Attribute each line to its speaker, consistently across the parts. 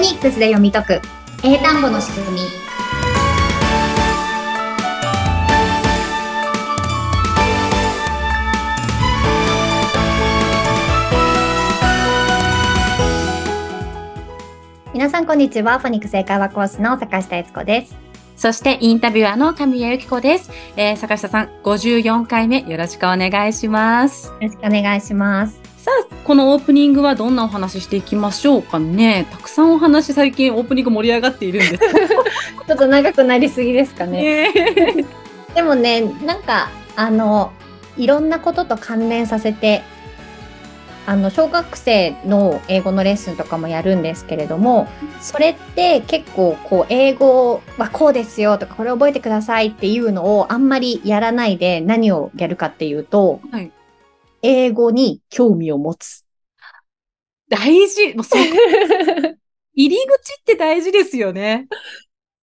Speaker 1: ニックスで読み解く英単語の仕組み皆さんこんにちはフォニックス英会話講師の坂下悦子です
Speaker 2: そしてインタビュアーの神谷由紀子です、えー坂下さん、54回目よろしくお願いします。
Speaker 1: よろしくお願いします
Speaker 2: さあ、このオープニングはどんなお話していきましょうかね。たくさんお話、最近オープニング盛り上がっているんです
Speaker 1: ちょっと長くなりすぎですかね
Speaker 2: ね。
Speaker 1: でもね、なんか、あの、いろんなことと関連させて、あの、小学生の英語のレッスンとかもやるんですけれども、それって結構、こう、英語はこうですよとか、これ覚えてくださいっていうのをあんまりやらないで何をやるかっていうと、
Speaker 2: はい
Speaker 1: 英語に興味を持つ。
Speaker 2: 大事。もうそう入り口って大事ですよ ね。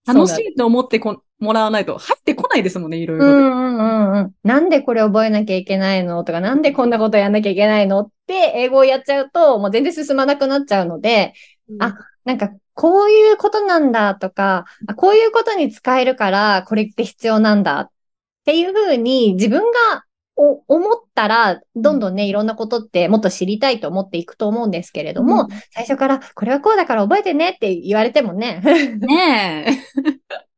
Speaker 2: 楽しいと思ってこもらわないと入ってこないですもんね、いろいうろ。
Speaker 1: んうんうんうん。なんでこれ覚えなきゃいけないのとか、なんでこんなことやんなきゃいけないのって、英語をやっちゃうと、もう全然進まなくなっちゃうので、あなんか、こういうことなんだとか、あこういうことに使えるから、これって必要なんだっていうふうに、自分がお思ったら、どんどんね、いろんなことってもっと知りたいと思っていくと思うんですけれども、最初から、これはこうだから覚えてねって言われても ね、
Speaker 2: ねえ。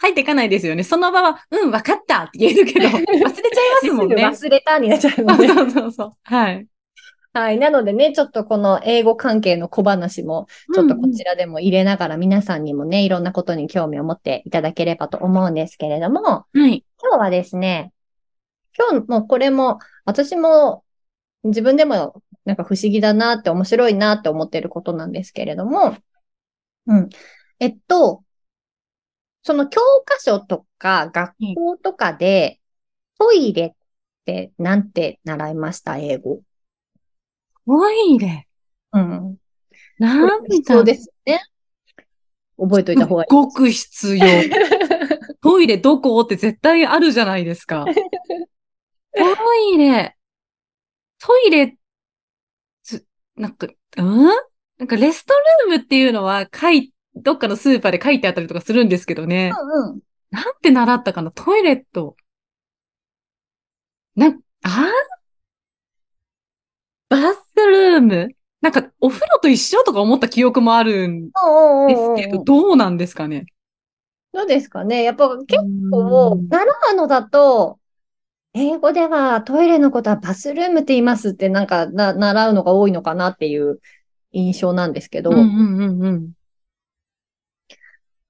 Speaker 2: 入っていかないですよね。その場は、うん、わかったって言えるけど、 忘れちゃいま す もんね。
Speaker 1: 忘れたになっちゃうの
Speaker 2: そう
Speaker 1: で。
Speaker 2: そうそうそう。はい。
Speaker 1: はい。なのでね、ちょっとこの英語関係の小話も、ちょっとこちらでも入れながら皆さんにもね、いろんなことに興味を持っていただければと思うんですけれども、
Speaker 2: うんうんはい。
Speaker 1: 今日はですね、今日もこれも、私も自分でもなんか不思議だなって面白いなって思ってることなんですけれども、うん。えっと、その教科書とか学校とかで、トイレってなんて習いました英語。
Speaker 2: トイレ。
Speaker 1: うん。
Speaker 2: なんだ
Speaker 1: そうですよね。覚えといた方がいい。
Speaker 2: ごく 必要。トイレどこって絶対あるじゃないですか。トイレ。トイレ、つ、なんか、うんなんかレストルームっていうのは、書い、どっかのスーパーで書いてあったりとかするんですけどね。
Speaker 1: うんうん。
Speaker 2: なんて習ったかなトイレット。な、あバスルームなんか、お風呂と一緒とか思った記憶もあるん
Speaker 1: おう
Speaker 2: で
Speaker 1: おうおうお
Speaker 2: す
Speaker 1: う
Speaker 2: けど、どうなんですかね
Speaker 1: どうですかねやっぱ結
Speaker 2: う
Speaker 1: 構
Speaker 2: ん、
Speaker 1: 習うのだと、英語ではトイレのことはバスルームって言いますってなんかな習うのが多いのかなっていう印象なんですけど、
Speaker 2: うんうんうんうん。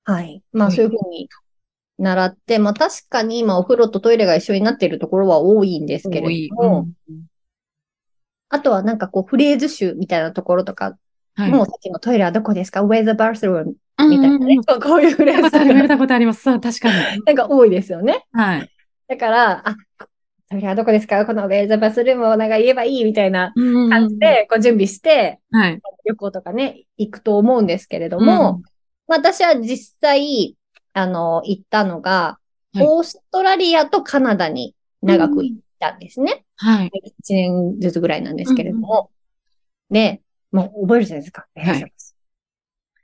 Speaker 1: はい。まあ
Speaker 2: はい
Speaker 1: そういうふうに習って、まあ確かに今お風呂とトイレが一緒になっているところは多いんですけ
Speaker 2: 多
Speaker 1: れ
Speaker 2: い
Speaker 1: ど。も、あとはなんかこうフレーズ集みたいなところとか、
Speaker 2: はい。
Speaker 1: もうさっきのトイレはどこですか ?Where's the bathroom?
Speaker 2: うんうん
Speaker 1: みたいなね。こうこういうフレ
Speaker 2: 見た
Speaker 1: ー
Speaker 2: ことあります、見
Speaker 1: ズ
Speaker 2: たことあります。そう、確かに。
Speaker 1: なんか多いですよね。
Speaker 2: はい。
Speaker 1: だから、あ、トイレはどこですかこのウェイザバスルームをなんか言えばいいみたいな
Speaker 2: うんうんうん
Speaker 1: 感じで、こう準備して、
Speaker 2: はい。
Speaker 1: 旅行とかね、行くと思うんですけれども、私は実際、あの、行ったのが、
Speaker 2: はい
Speaker 1: オーストラリアとカナダに長く行ったんですね。
Speaker 2: はい。
Speaker 1: 1年ずつぐらいなんですけれども。で、もう覚えるじゃないですか。
Speaker 2: い
Speaker 1: ウェイザバスっ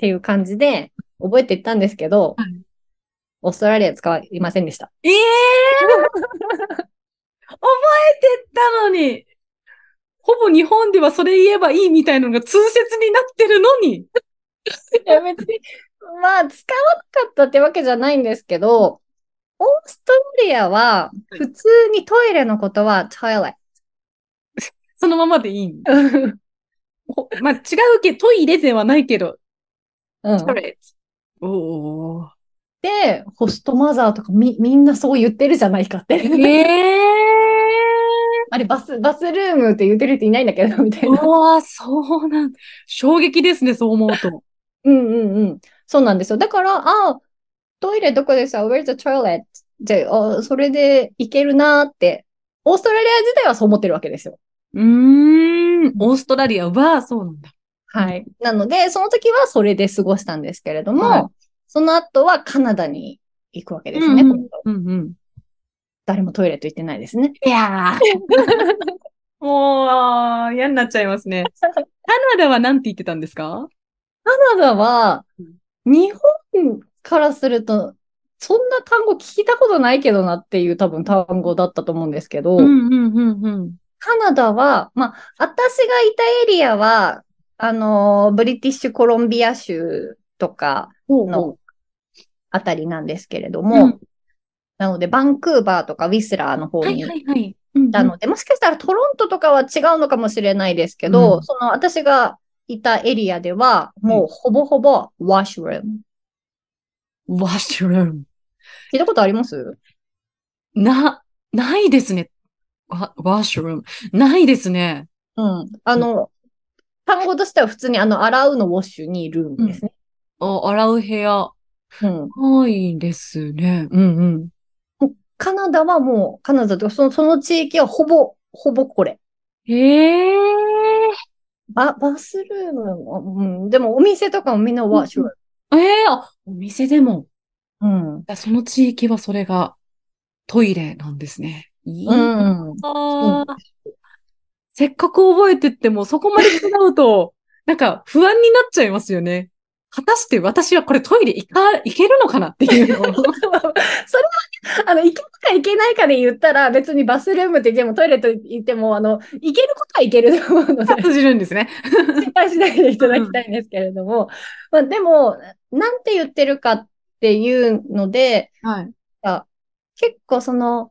Speaker 1: ていう感じで、覚えていったんですけど、
Speaker 2: はい
Speaker 1: オーストラリア使いませんでした。
Speaker 2: ええー覚えてったのにほぼ日本ではそれ言えばいいみたいなのが通説になってるのに
Speaker 1: いや、別に、まあ、使わなかったってわけじゃないんですけど、オーストラリアは、普通にトイレのことはトイレ。
Speaker 2: そのままでいい。ほまあ違うけど、トイレではないけど、
Speaker 1: うん
Speaker 2: トイレ。おー。
Speaker 1: で、ホストマザーとかみ、みんなそう言ってるじゃないか って。
Speaker 2: ええ
Speaker 1: あれ、バス、バスルームって言ってる人いないんだけど、みたいな。
Speaker 2: おー、そうなん衝撃ですね、そう思うと。
Speaker 1: うんうんうん。そうなんですよ。だから、あ、トイレどこですか ?Where's the toilet? で、あ、それで行けるなーって。オーストラリア自体はそう思ってるわけですよ。
Speaker 2: うーん、オーストラリアはそうなんだ。
Speaker 1: はい。なので、その時はそれで過ごしたんですけれども、
Speaker 2: はい
Speaker 1: その後はカナダに行くわけですね。
Speaker 2: うん
Speaker 1: 今度
Speaker 2: うんうん。
Speaker 1: 誰もトイレと言ってないですね。
Speaker 2: いやー。 もう、嫌になっちゃいますね。カナダはなんて言ってたんですか
Speaker 1: カカナダは
Speaker 2: うん、
Speaker 1: 日本からすると、そんな単語聞いたことないけどなっていう多分単語だったと思うんですけど、
Speaker 2: うんうんうんうん。
Speaker 1: カナダは、まあ、私がいたエリアは、あのーブリティッシュコロンビア州とか
Speaker 2: ほう
Speaker 1: のあたりなんですけれど
Speaker 2: う
Speaker 1: も、
Speaker 2: ん
Speaker 1: なので、バンクーバーとかウィスラーの方
Speaker 2: はい
Speaker 1: に
Speaker 2: は
Speaker 1: 行っ
Speaker 2: いはい。うんうん
Speaker 1: たので、もしかしたらトロントとかは違うのかもしれないですけど、
Speaker 2: うん
Speaker 1: その私がいたエリアでは、もうほぼほぼワッシュルーム。
Speaker 2: ワッシュルーム。
Speaker 1: 聞いたことあります
Speaker 2: な、ないですね。ワワッシュルーム。ないですね。
Speaker 1: うん。あの、単語としては普通にあの、洗うのウォッシュにルームですね。
Speaker 2: あ洗う部屋。
Speaker 1: うん。
Speaker 2: ないですね。うんうん。
Speaker 1: カナダはもう、カナダとかその、その地域はほぼ、ほぼこれ。
Speaker 2: へえ。
Speaker 1: バ、バスルームも、うん、でもお店とかもみんなワッシュル
Speaker 2: ええあ、お店でも。
Speaker 1: ーム。
Speaker 2: あその地域はそれがトイレなんですね。いい
Speaker 1: うん。
Speaker 2: な
Speaker 1: うん。
Speaker 2: あせっかく覚えてっても、そこまで違うと、 なんか不安になっちゃいますよね。果たして私はこれトイレ行か、行けるのかなっていうのを。
Speaker 1: それは、あの、行けるか行けないかで言ったら、別にバスルームって言ってもトイレと言っても、あの、行けることは行けると思うので、
Speaker 2: 通じるんですね。
Speaker 1: 心配しないでいただきたいんですけれども、まあでも、なんて言ってるかっていうので、
Speaker 2: はい。
Speaker 1: 結構その、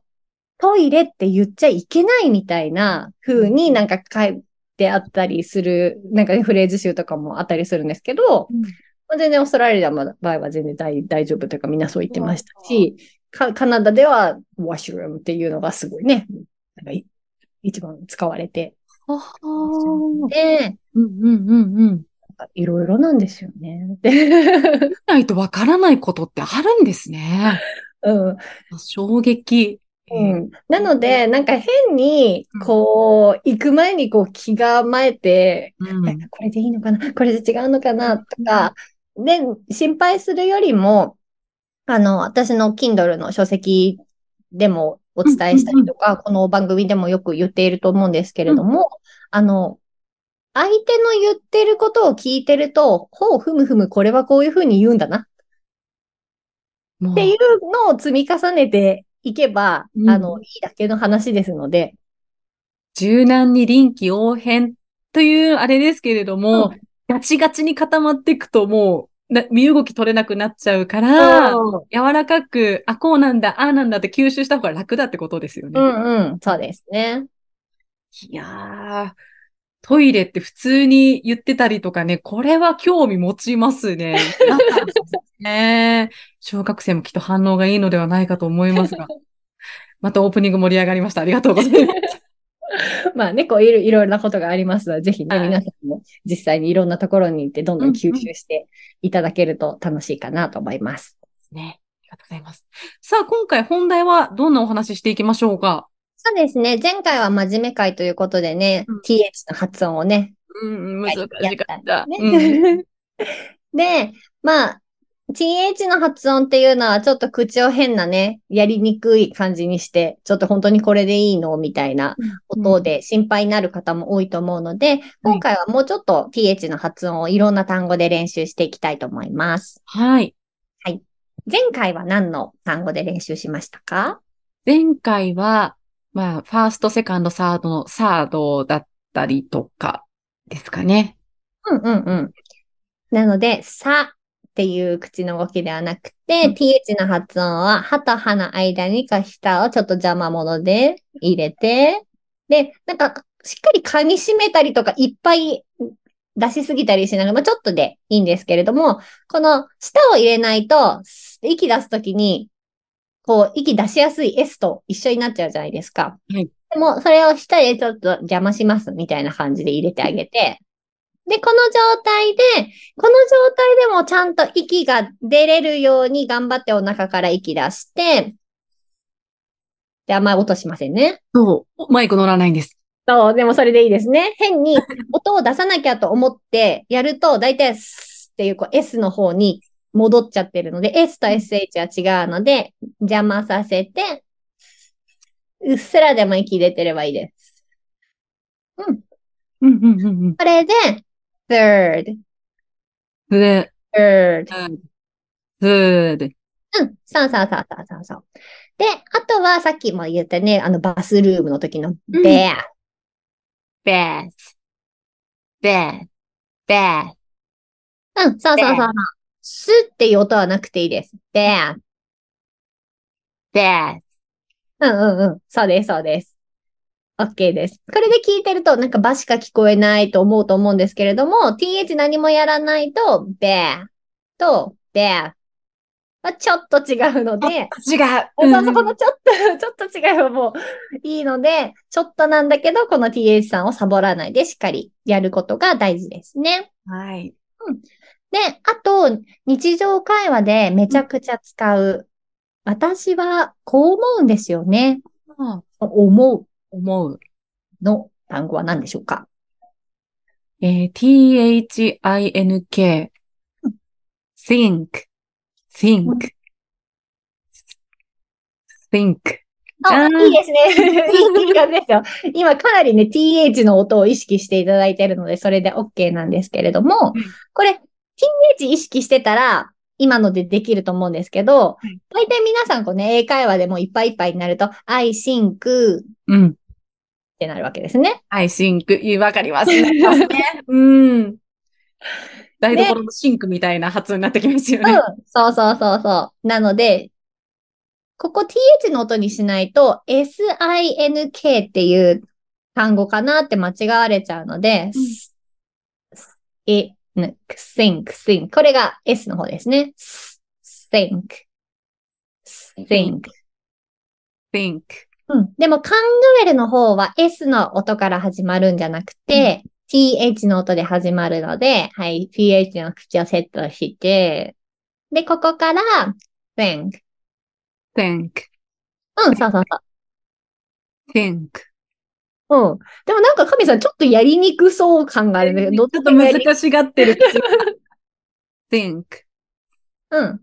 Speaker 1: トイレって言っちゃいけないみたいな風になんか書いてあったりする、なんかフレーズ集とかもあったりするんですけど、まあ全然オーストラリアの場合は全然大大丈夫というかみんなそう言ってましたし、かカナダではワッシュルームっていうのがすごいね、なんかい一番使われて
Speaker 2: ははー
Speaker 1: で、
Speaker 2: うんうんうんうん。
Speaker 1: いろいろなんですよね。で
Speaker 2: ないとわからないことってあるんですね。
Speaker 1: うん
Speaker 2: 衝撃。
Speaker 1: うん、なので、なんか変に、こう、行く前にこう気構えて、
Speaker 2: うん
Speaker 1: なんかこれでいいのかなこ れで違うのかなとか、で、心配するよりも、あの、私の Kindle の書籍でもお伝えしたりとか、この番組でもよく言っていると思うんですけれども、あの、相手の言ってることを聞いてると、ほう、ふむふむ、これはこういうふうに言うんだな
Speaker 2: もう
Speaker 1: っていうのを積み重ねていけば、
Speaker 2: うん
Speaker 1: あの、いいだけの話ですので。
Speaker 2: 柔軟に臨機応変というあれですけれども、ガチガチに固まっていくともうな身動き取れなくなっちゃうから、
Speaker 1: うん
Speaker 2: 柔らかく、あ、こうなんだ、ああなんだって吸収した方が楽だってことですよね。
Speaker 1: うんうん、そうです ね。
Speaker 2: いやー、トイレって普通に言ってたりとかね、これは興味持ちますね。ねえ 小学生もきっと反応がいいのではないかと思いますが。 またオープニング盛り上がりました。ありがとうございます。
Speaker 1: まあね、こういろいろなことがありますので、ぜひね、
Speaker 2: はい
Speaker 1: 皆さんも実際にいろんなところに行って、どんどん吸
Speaker 2: うんうん
Speaker 1: 収していただけると楽しいかなと思います。
Speaker 2: ね。ありがとうございます。さあ、今回本題はどんなお話ししていきましょうか
Speaker 1: そうですね。前回は真面目会ということでね、
Speaker 2: うん
Speaker 1: TH の発音をね。
Speaker 2: うん、
Speaker 1: 難しかったね
Speaker 2: うん、
Speaker 1: で、まあ、TH の発音っていうのはちょっと口を変なね、やりにくい感じにして、ちょっと本当にこれでいいのみたいな音で心配になる方も多いと思うので、今回はもうちょっと TH の発音をいろんな単語で練習していきたいと思います。
Speaker 2: はい。
Speaker 1: 前回は何の単語で練習しましたか
Speaker 2: 前回は、まあ、ファースト、セカンド、サードのサードだったりとかですかね。
Speaker 1: うんうんうん。なので、さっていう口の動きではなくて、
Speaker 2: うん
Speaker 1: TH の発音は歯と歯の間にか舌をちょっと邪魔者で入れて、で、なんかしっかり噛み締めたりとかいっぱい出しすぎたりしながら、まあ、ちょっとでいいんですけれども、この舌を入れないと、す息出すときに、こう、息出しやすい S と一緒になっちゃうじゃないですか。
Speaker 2: はい
Speaker 1: でも、それを舌でちょっと邪魔しますみたいな感じで入れてあげて、で、この状態で、この状態でもちゃんと息が出れるように頑張ってお腹から息出して、で、あんまり音しませんね。
Speaker 2: そう。マイク乗らないんです。
Speaker 1: そう、でもそれでいいですね。変に音を出さなきゃと思ってやると、大体スっていうこう S の方に戻っちゃってるので、S と SH は違うので、邪魔させて、うっすらでも息出てればいいです。
Speaker 2: うん、うん、うん、うん。
Speaker 1: これで、third,
Speaker 2: で、
Speaker 1: bird.
Speaker 2: で、で、
Speaker 1: うん。そうそうそうそうそうそう。で、あとはさっきも言ったね、あのバスルームの時の
Speaker 2: うん
Speaker 1: bear、
Speaker 2: バース、バー、バー、
Speaker 1: うん。そうそうそうそ
Speaker 2: bear
Speaker 1: う。すっていう音はなくていいです。bear。
Speaker 2: バー。
Speaker 1: うんうんうん。そうです、そうです。OK です。これで聞いてると、なんか場しか聞こえないと思うと思うんですけれども、th 何もやらないと、bear と bear はちょっと違うので、
Speaker 2: 違う。
Speaker 1: そうそうこのちょっと、ちょっと違いはもういいので、ちょっとなんだけど、この th さんをサボらないでしっかりやることが大事ですね。
Speaker 2: はい。
Speaker 1: で、あと、日常会話でめちゃくちゃ使う。私はこう思うんですよね。思う
Speaker 2: 思う。
Speaker 1: の単語は何でしょうか
Speaker 2: えー t-h-i-n-k, think, think, think. じ
Speaker 1: あ、
Speaker 2: ゃあ
Speaker 1: いいですね。 いい感じですよ。今かなりね、th の音を意識していただいているので、それで OK なんですけれども
Speaker 2: うん、
Speaker 1: これ、th 意識してたら、今のでできると思うんですけど
Speaker 2: はい、
Speaker 1: 大体皆さんこうね、英会話でもういっぱいいっぱいになると、I think っ
Speaker 2: うん。
Speaker 1: てなるわけですね。
Speaker 2: はい、シンク。いいわかります。わかりますね。うん。台所のシンクみたいな発音になってきますよ
Speaker 1: うん
Speaker 2: ね。、
Speaker 1: そうそうそうそう。なので、ここ th の音にしないと sink っていう単語かなって間違われちゃうので、
Speaker 2: うん
Speaker 1: すすえ、n think, think. これが s の方ですね。す think, think.
Speaker 2: think.
Speaker 1: うん。でも、カングウェルの方は S の音から始まるんじゃなくて、TH の音で始まるので、はい、TH の口をセットして、で、ここから、think。
Speaker 2: think.
Speaker 1: うん、そうそう
Speaker 2: think.
Speaker 1: そう。うん。でもなんか、神さん、ちょっとやりにくそう感があるんだけど、
Speaker 2: ち
Speaker 1: ど
Speaker 2: ょ
Speaker 1: っ
Speaker 2: っ
Speaker 1: ち
Speaker 2: と
Speaker 1: もやり
Speaker 2: 難しがってる口が。think,
Speaker 1: うん。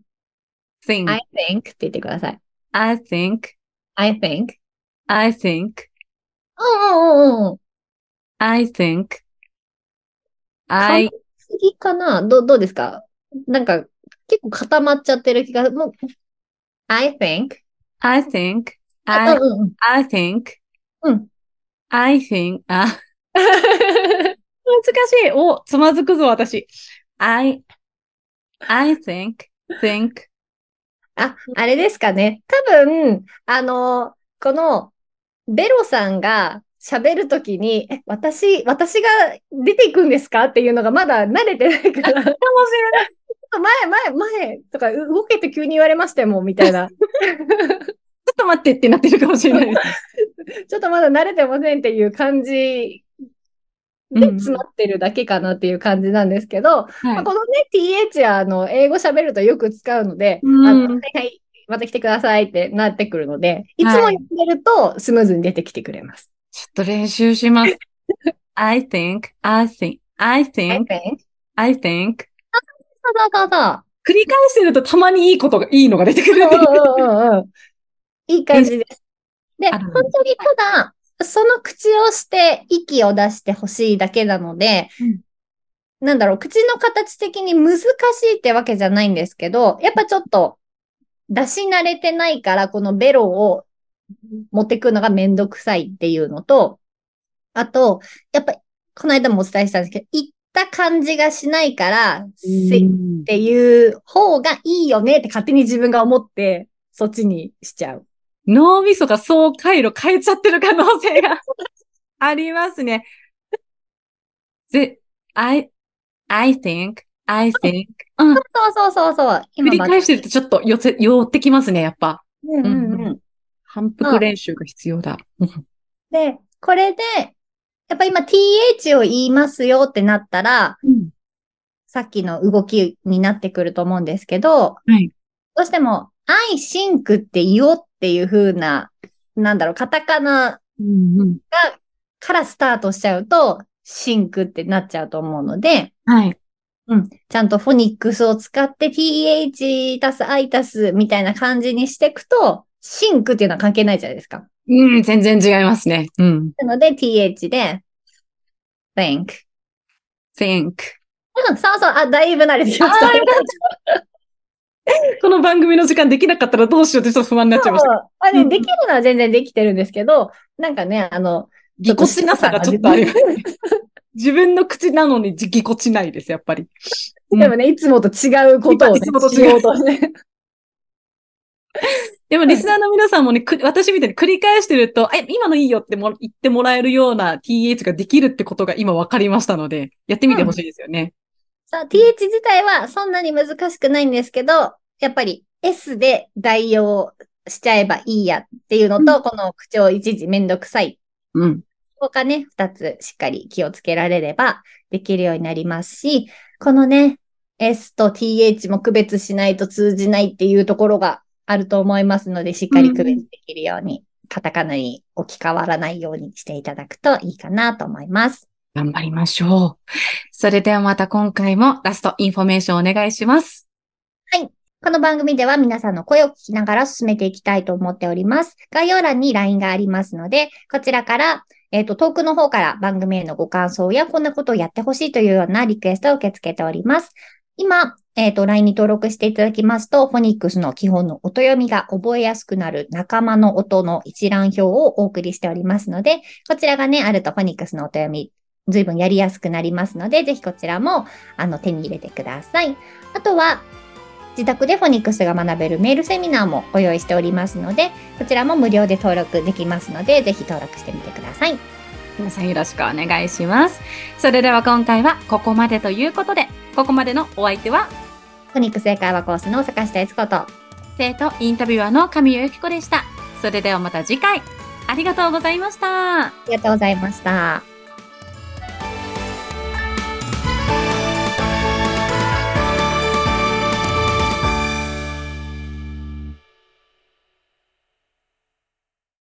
Speaker 2: think,
Speaker 1: I think って言ってください。
Speaker 2: I think,
Speaker 1: I think.
Speaker 2: I think,
Speaker 1: うんうんうんうん。
Speaker 2: I think, I
Speaker 1: 次かなど、どうですかなんか、結構固まっちゃってる気が、もう、I think.
Speaker 2: I think,
Speaker 1: あ
Speaker 2: I,
Speaker 1: うんうん
Speaker 2: I think,
Speaker 1: うん。
Speaker 2: I think, あ、難しい。お、つまずくぞ、私。I, I think, think,
Speaker 1: あ、あれですかね。多分、あの、この、ベロさんが喋るときに、え、私、私が出ていくんですかっていうのがまだ慣れてないから、ちょっ
Speaker 2: かもしれない。
Speaker 1: と前、前、前とか、動けって急に言われましても、みたい な。
Speaker 2: ちょっと待ってってなってるかもしれないです。
Speaker 1: ちょっとまだ慣れてませんっていう感じ
Speaker 2: う
Speaker 1: で
Speaker 2: ん
Speaker 1: 詰まってるだけかなっていう感じなんですけど、ま
Speaker 2: は
Speaker 1: あ、このね、th は、あの、英語喋るとよく使うので、
Speaker 2: うん
Speaker 1: あの、はいはい、また来てくださいってなってくるので、いつも
Speaker 2: は
Speaker 1: や
Speaker 2: い
Speaker 1: ってるとスムーズに出てきてくれます。
Speaker 2: ちょっと練習します。I think, I think, I
Speaker 1: はい、
Speaker 2: think,
Speaker 1: ペン
Speaker 2: I think.
Speaker 1: そうそうそう
Speaker 2: 繰り返してるとたまにいいことが、いいのが出てくる。
Speaker 1: そう。うんうんうんうん。いい感じです。で、
Speaker 2: あ
Speaker 1: 本
Speaker 2: の
Speaker 1: 当にただ、その口をして息を出してほしいだけなので、
Speaker 2: うん
Speaker 1: なんだろう、口の形的に難しいってわけじゃないんですけど、やっぱちょっと出し慣れてないから、このベロを持ってくのがめんどくさいっていうのと、あと、やっぱ、この間もお伝えしたんですけど、言った感じがしないから、せ
Speaker 2: うん
Speaker 1: っていう方がいいよねって勝手に自分が思って、そっちにしちゃう。
Speaker 2: 脳みそがそう回路変えちゃってる可能性 がありますね。ぜ、I, I think, I think. うん。繰
Speaker 1: そうそうそうそう。今
Speaker 2: り
Speaker 1: ま
Speaker 2: 返してるとちょっと寄せ、寄ってきますね、やっぱ。
Speaker 1: うんうんうん。
Speaker 2: 反復練習が必要だ。
Speaker 1: で、これで、やっぱ今 th を言いますよってなったら、
Speaker 2: うん。
Speaker 1: さっきの動きになってくると思うんですけど、
Speaker 2: はい
Speaker 1: どうしても、I think って言おうっていう風な、なんだろう、カタカナ
Speaker 2: うんうん。
Speaker 1: からスタートしちゃうと、think ってなっちゃうと思うので、
Speaker 2: はい。
Speaker 1: うん。ちゃんとフォニックスを使って th 足す i 足すみたいな感じにしていくと、シンクっていうのは関係ないじゃないですか。
Speaker 2: うん、全然違いますね。うん。
Speaker 1: なので th で、think。
Speaker 2: think,
Speaker 1: うんそうそう、あ、だいぶ慣れてきました。
Speaker 2: あーよかこの番組の時間できなかったらどうしようってちょっと不安になっちゃいました。
Speaker 1: そうあね、できるのは全然できてるんですけど、なんかね、あの、
Speaker 2: ぎこちなさがちょっとある。自分の口なのにぎこちないです、やっぱり。うん
Speaker 1: でもね、い つもと違うことを、ね、
Speaker 2: いつもと違う
Speaker 1: しようとね。
Speaker 2: でもリスナーの皆さんもね、く私みたいに繰り返してると、え、今のいいよっても言ってもらえるような TH ができるってことが今分かりましたので、やってみてほしいですよね。
Speaker 1: さあ、TH 自体はそんなに難しくないんですけど、やっぱり S で代用しちゃえばいいやっていうのと、この口調一時めんどくさい
Speaker 2: うん。
Speaker 1: ここがね、二つしっかり気をつけられればできるようになりますし、このね、S と TH も区別しないと通じないっていうところがあると思いますので、しっかり区別できるように、カタカナに置き換わらないようにしていただくといいかなと思います。
Speaker 2: 頑張りましょう。それではまた今回もラストインフォメーションお願いします。
Speaker 1: この番組では皆さんの声を聞きながら進めていきたいと思っております。概要欄に LINE がありますので、こちらから、えっ、と、遠くの方から番組へのご感想やこんなことをやってほしいというようなリクエストを受け付けております。今、えっ、と、LINE に登録していただきますと、フォニックスの基本の音読みが覚えやすくなる仲間の音の一覧表をお送りしておりますので、こちらがね、あるとフォニックスの音読み、随分やりやすくなりますので、ぜひこちらも、あの、手に入れてください。あとは、自宅でフォニックスが学べるメールセミナーもご用意しておりますので、こちらも無料で登録できますので、ぜひ登録してみてください。
Speaker 2: 皆さんよろしくお願いします。それでは今回はここまでということで、ここまでのお相手は、
Speaker 1: フォニックス英会話コースの坂下悦子と、
Speaker 2: 生徒インタビュアーの神谷由紀子でした。それではまた次回、ありがとうございました。
Speaker 1: ありがとうございました。